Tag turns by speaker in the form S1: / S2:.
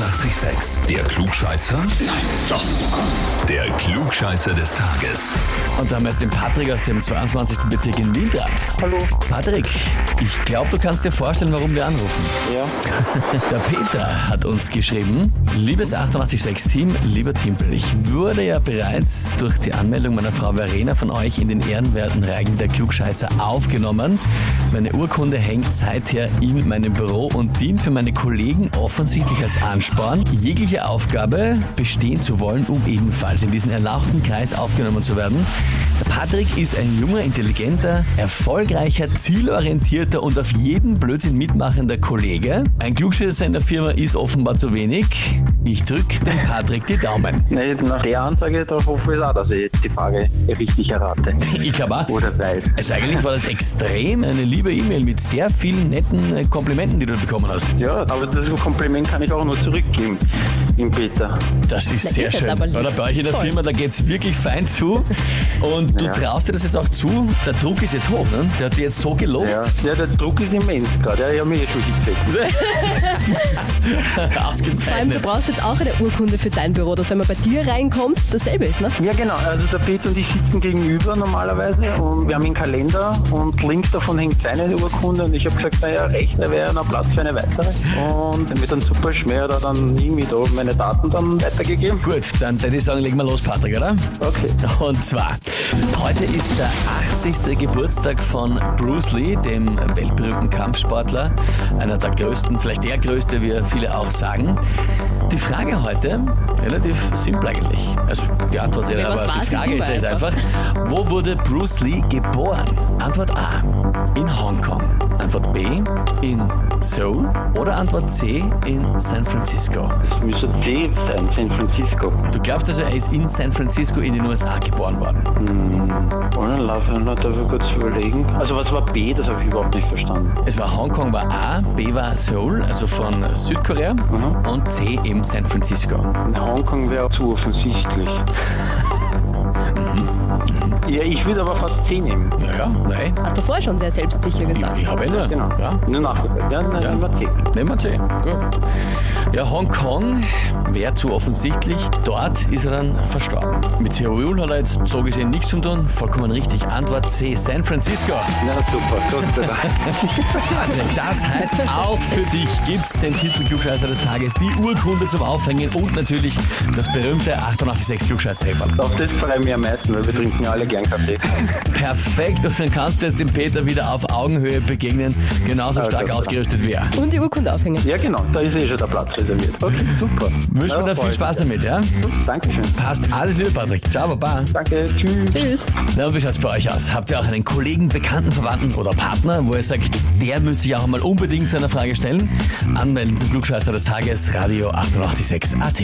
S1: 886, der Klugscheißer? Nein, doch. Der Klugscheißer des Tages.
S2: Und da haben wir jetzt den Patrick aus dem 22. Bezirk in Wien dran.
S3: Hallo.
S2: Patrick, ich glaube, du kannst dir vorstellen, warum wir anrufen.
S3: Ja.
S2: Der Peter hat uns geschrieben, liebes 886-Team, lieber Timpel, ich wurde ja bereits durch die Anmeldung meiner Frau Verena von euch in den ehrenwerten Reigen der Klugscheißer aufgenommen. Meine Urkunde hängt seither in meinem Büro und dient für meine Kollegen offensichtlich als Ansporn, jegliche Aufgabe bestehen zu wollen, um ebenfalls in diesen erlauchten Kreis aufgenommen zu werden. Der Patrick ist ein junger, intelligenter, erfolgreicher, zielorientierter und auf jeden Blödsinn mitmachender Kollege. Ein Klugscheißer in der Firma ist offenbar zu wenig. Ich drücke dem Patrick die Daumen.
S3: Na, jetzt nach der Ansage, da hoffe ich auch, dass ich jetzt die Frage richtig errate.
S2: Ich glaube auch.
S3: Oder weiß.
S2: Also eigentlich war das extrem eine liebe E-Mail mit sehr vielen netten äh, Komplimenten, die du bekommen hast.
S3: Ja, aber das Kompliment kann ich auch nur zurückgeben, im Peter.
S2: Das ist sehr
S4: ist jetzt
S2: schön.
S4: aber lieb.
S2: Oder bei euch in der
S4: Voll.
S2: Firma, da geht's wirklich fein zu. Und du
S3: Ja.
S2: traust dir das jetzt auch zu. Der Druck ist jetzt hoch, ne? Der hat dir jetzt so gelobt.
S3: Ja. ja, der Druck ist immens gerade. Ja, ich habe mich eh schon hingesetzt.
S4: Vor allem, du
S2: Ausgezeichnet.
S4: brauchst jetzt auch eine Urkunde für dein Büro, dass wenn man bei dir reinkommt, dasselbe ist, ne?
S3: Ja, genau. Also der Peter und ich sitzen gegenüber normalerweise und wir haben einen Kalender und links davon hängt seine Urkunde und ich habe gesagt, naja, rechts da wäre noch Platz für eine weitere. Und mit einem Superschmäh hat er dann irgendwie da meine Daten dann weitergegeben.
S2: Gut, dann würde ich sagen, legen wir los, Patrick, oder?
S3: Okay.
S2: Und zwar, heute ist der 80. Geburtstag von Bruce Lee, dem weltberühmten Kampfsportler, einer der größten, vielleicht der größte, wie viele auch sagen. Die Frage heute, relativ simpel eigentlich. Also die Antwort, ja,
S4: Wenn man's
S2: aber
S4: weiß,
S2: die
S4: ist
S2: Frage ist
S4: super
S2: jetzt einfach.
S4: einfach.
S2: Wo wurde Bruce Lee geboren? Antwort A, in Hongkong. Antwort B, in Seoul. Oder Antwort C, in San Francisco.
S3: Das müsste C sein, San Francisco.
S2: Du glaubst also, er ist in San Francisco in den USA geboren worden?
S3: Ohne Laufen, darf ich kurz überlegen. Also was war B, das habe ich überhaupt nicht verstanden.
S2: Es war Hongkong war A, B war Seoul, also von Südkorea und C eben San Francisco.
S3: In Hongkong wäre zu offensichtlich.
S2: Mhm.
S3: ja, ich würde aber fast C nehmen.
S2: Ja, ja, nein.
S4: Hast du vorher schon sehr selbstsicher gesagt.
S2: Ich habe nur.
S3: Genau.
S2: Ja.
S3: Nur nachgefragt. Ja, nein,
S2: Ja.
S3: immer C.
S2: Nehmen wir C. Gut. Ja, Hongkong wäre zu offensichtlich. Dort ist er dann verstorben. Mit Seoul hat er jetzt so gesehen nichts zu tun. Vollkommen richtig. Antwort C, San Francisco.
S3: Na super, Gott sei Dank.
S2: Wahnsinn. Das heißt, auch für dich gibt's den Titel Klugscheißer des Tages, die Urkunde zum Aufhängen und natürlich das berühmte 886 Klugscheißhäfer.
S3: Auf das freue ich mich am meisten, weil wir trinken ja alle gern Kaffee.
S2: Perfekt, und dann kannst du jetzt dem Peter wieder auf Augenhöhe begegnen, genauso
S3: Ah,
S2: stark
S3: Gott sei
S2: ausgerüstet wie er.
S4: Und die Urkunde aufhängen.
S3: Ja genau, da ist eh schon der Platz reserviert. Okay, super.
S2: Wünschen
S3: Ja,
S2: wir dir
S3: voll.
S2: viel Spaß damit, ja?
S3: Dankeschön.
S2: Passt alles Liebe, Patrick. Ciao, Baba.
S3: Danke, tschüss.
S4: Tschüss.
S2: Na, und wie schaut's bei euch aus? Habt ihr auch einen Kollegen, Bekannten, Verwandten oder Partner, wo ihr sagt, der müsste ich auch mal unbedingt zu einer Frage stellen? Anmelden zum Klugscheißer des Tages, Radio 886 AT.